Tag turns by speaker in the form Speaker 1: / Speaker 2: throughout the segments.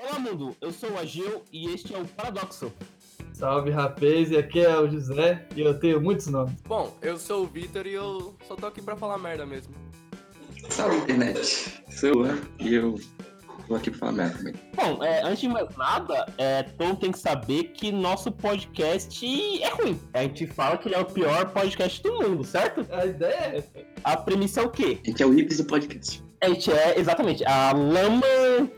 Speaker 1: Olá, mundo! Eu sou o Agil e este é o Paradoxo.
Speaker 2: Salve rapaz, e aqui é o José e eu tenho muitos nomes.
Speaker 3: Bom, eu sou o Vitor e eu só tô aqui pra falar merda mesmo.
Speaker 4: Salve, internet. Sou eu e eu tô aqui pra falar merda também.
Speaker 1: Bom, é, antes de mais nada, é, Tom tem que saber que nosso podcast é ruim. A gente fala que ele é o pior podcast do mundo, certo?
Speaker 2: A ideia é essa.
Speaker 1: A premissa é o quê?
Speaker 4: A gente é o Ibis do podcast.
Speaker 1: A gente é exatamente a lama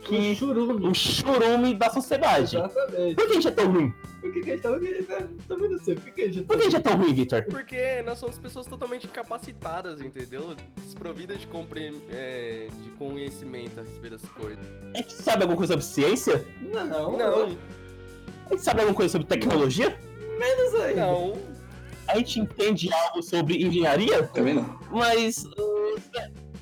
Speaker 2: Que
Speaker 1: que.
Speaker 2: churume.
Speaker 1: o churume da sociedade.
Speaker 2: Exatamente.
Speaker 1: Por que a gente é tão ruim?
Speaker 2: Por que que a gente tá ouvindo? Também não sei. Por que a gente tá
Speaker 1: Por que a gente é tão ruim, Victor?
Speaker 3: Porque nós somos pessoas totalmente incapacitadas, entendeu? Desprovidas de, compre... é, de conhecimento a respeito das coisas.
Speaker 1: A gente sabe alguma coisa sobre ciência?
Speaker 2: tá- Não, não.
Speaker 3: Não,
Speaker 1: A gente sabe alguma coisa sobre tecnologia?
Speaker 2: Menos aí.
Speaker 3: não.
Speaker 1: A gente entende algo sobre engenharia?
Speaker 4: Também não.
Speaker 1: Mas uh,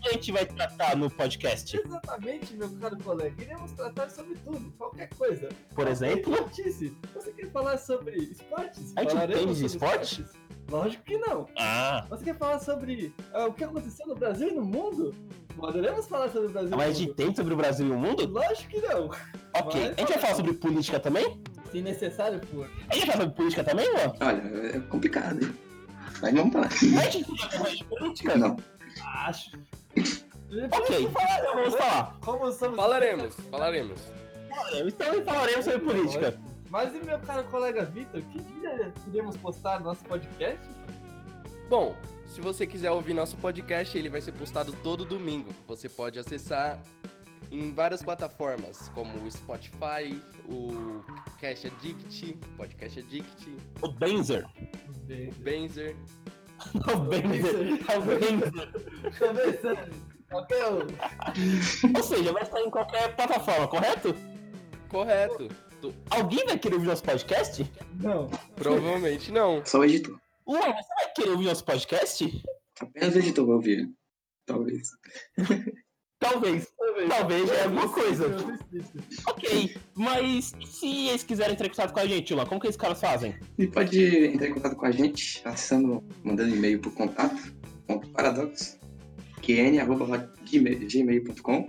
Speaker 1: a gente vai tratar no podcast,
Speaker 2: Exatamente, meu caro colega. Iremos tratar sobre tudo, qualquer coisa.
Speaker 1: por exemplo.
Speaker 2: Notícia. Você quer falar sobre esportes?
Speaker 1: A gente
Speaker 2: Falaremos
Speaker 1: entende
Speaker 2: sobre
Speaker 1: esporte?
Speaker 2: esportes? Lógico que não.
Speaker 1: Ah,
Speaker 2: Você quer falar sobre ah, o que aconteceu no Brasil e no mundo? Poderemos falar sobre o Brasil
Speaker 1: mas
Speaker 2: e
Speaker 1: Tá de
Speaker 2: no
Speaker 1: dentro sobre o Brasil e o mundo?
Speaker 2: mundo? Lógico que não.
Speaker 1: Ok. A gente vai falar sobre política também?
Speaker 2: Se necessário for.
Speaker 1: A gente vai falar sobre política também, mano?
Speaker 4: Olha, é complicado, hein? Mas vamos falar.
Speaker 1: A gente vai falar de política?
Speaker 4: Não.
Speaker 2: Acho.
Speaker 1: Ok, então vamos falar.
Speaker 2: Como somos...
Speaker 3: Falaremos, falaremos.
Speaker 1: Então falaremos sobre política.
Speaker 2: Mas e um meu caro colega Vitor, que dia iremos postar nosso podcast?
Speaker 3: Bom, se você quiser ouvir nosso podcast, ele vai ser postado todo domingo. Você pode acessar em várias plataformas, como o Spotify, o Cash Addict, Podcast Addict,
Speaker 1: O Benzer.
Speaker 3: o Benzer.
Speaker 1: O Benzer. O Benzer.
Speaker 2: Começando. Qualquer um.
Speaker 1: Ou seja, vai estar em qualquer plataforma, correto?
Speaker 3: Correto.
Speaker 1: Alguém vai querer ouvir nosso podcast?
Speaker 2: Não.
Speaker 3: Provavelmente não.
Speaker 4: Só o editor.
Speaker 1: Luan, você vai querer ouvir nosso podcast?
Speaker 4: Apenas o editor vai ouvir. Talvez.
Speaker 1: Talvez. Talvez já é alguma coisa.
Speaker 2: Eu desisto.
Speaker 1: Ok, mas se eles quiserem entrar em contato com a gente, Luan, como que esses caras fazem?
Speaker 4: E pode entrar em contato com a gente acessando, mandando e-mail pro contato, ponto paradoxo, qn.gmail.com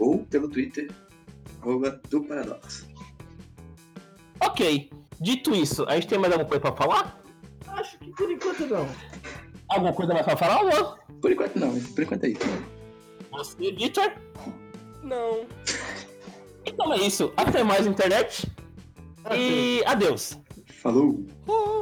Speaker 4: ou pelo Twitter, arroba do paradoxo.
Speaker 1: Ok, dito isso, a gente tem mais alguma coisa pra falar?
Speaker 2: Acho que por enquanto não.
Speaker 1: Alguma coisa mais pra falar, Luan?
Speaker 4: Por enquanto não, por enquanto é isso.
Speaker 1: Você, Victor?
Speaker 3: Não.
Speaker 1: Então é isso, até mais internet e adeus.
Speaker 4: Falou!
Speaker 3: Oh.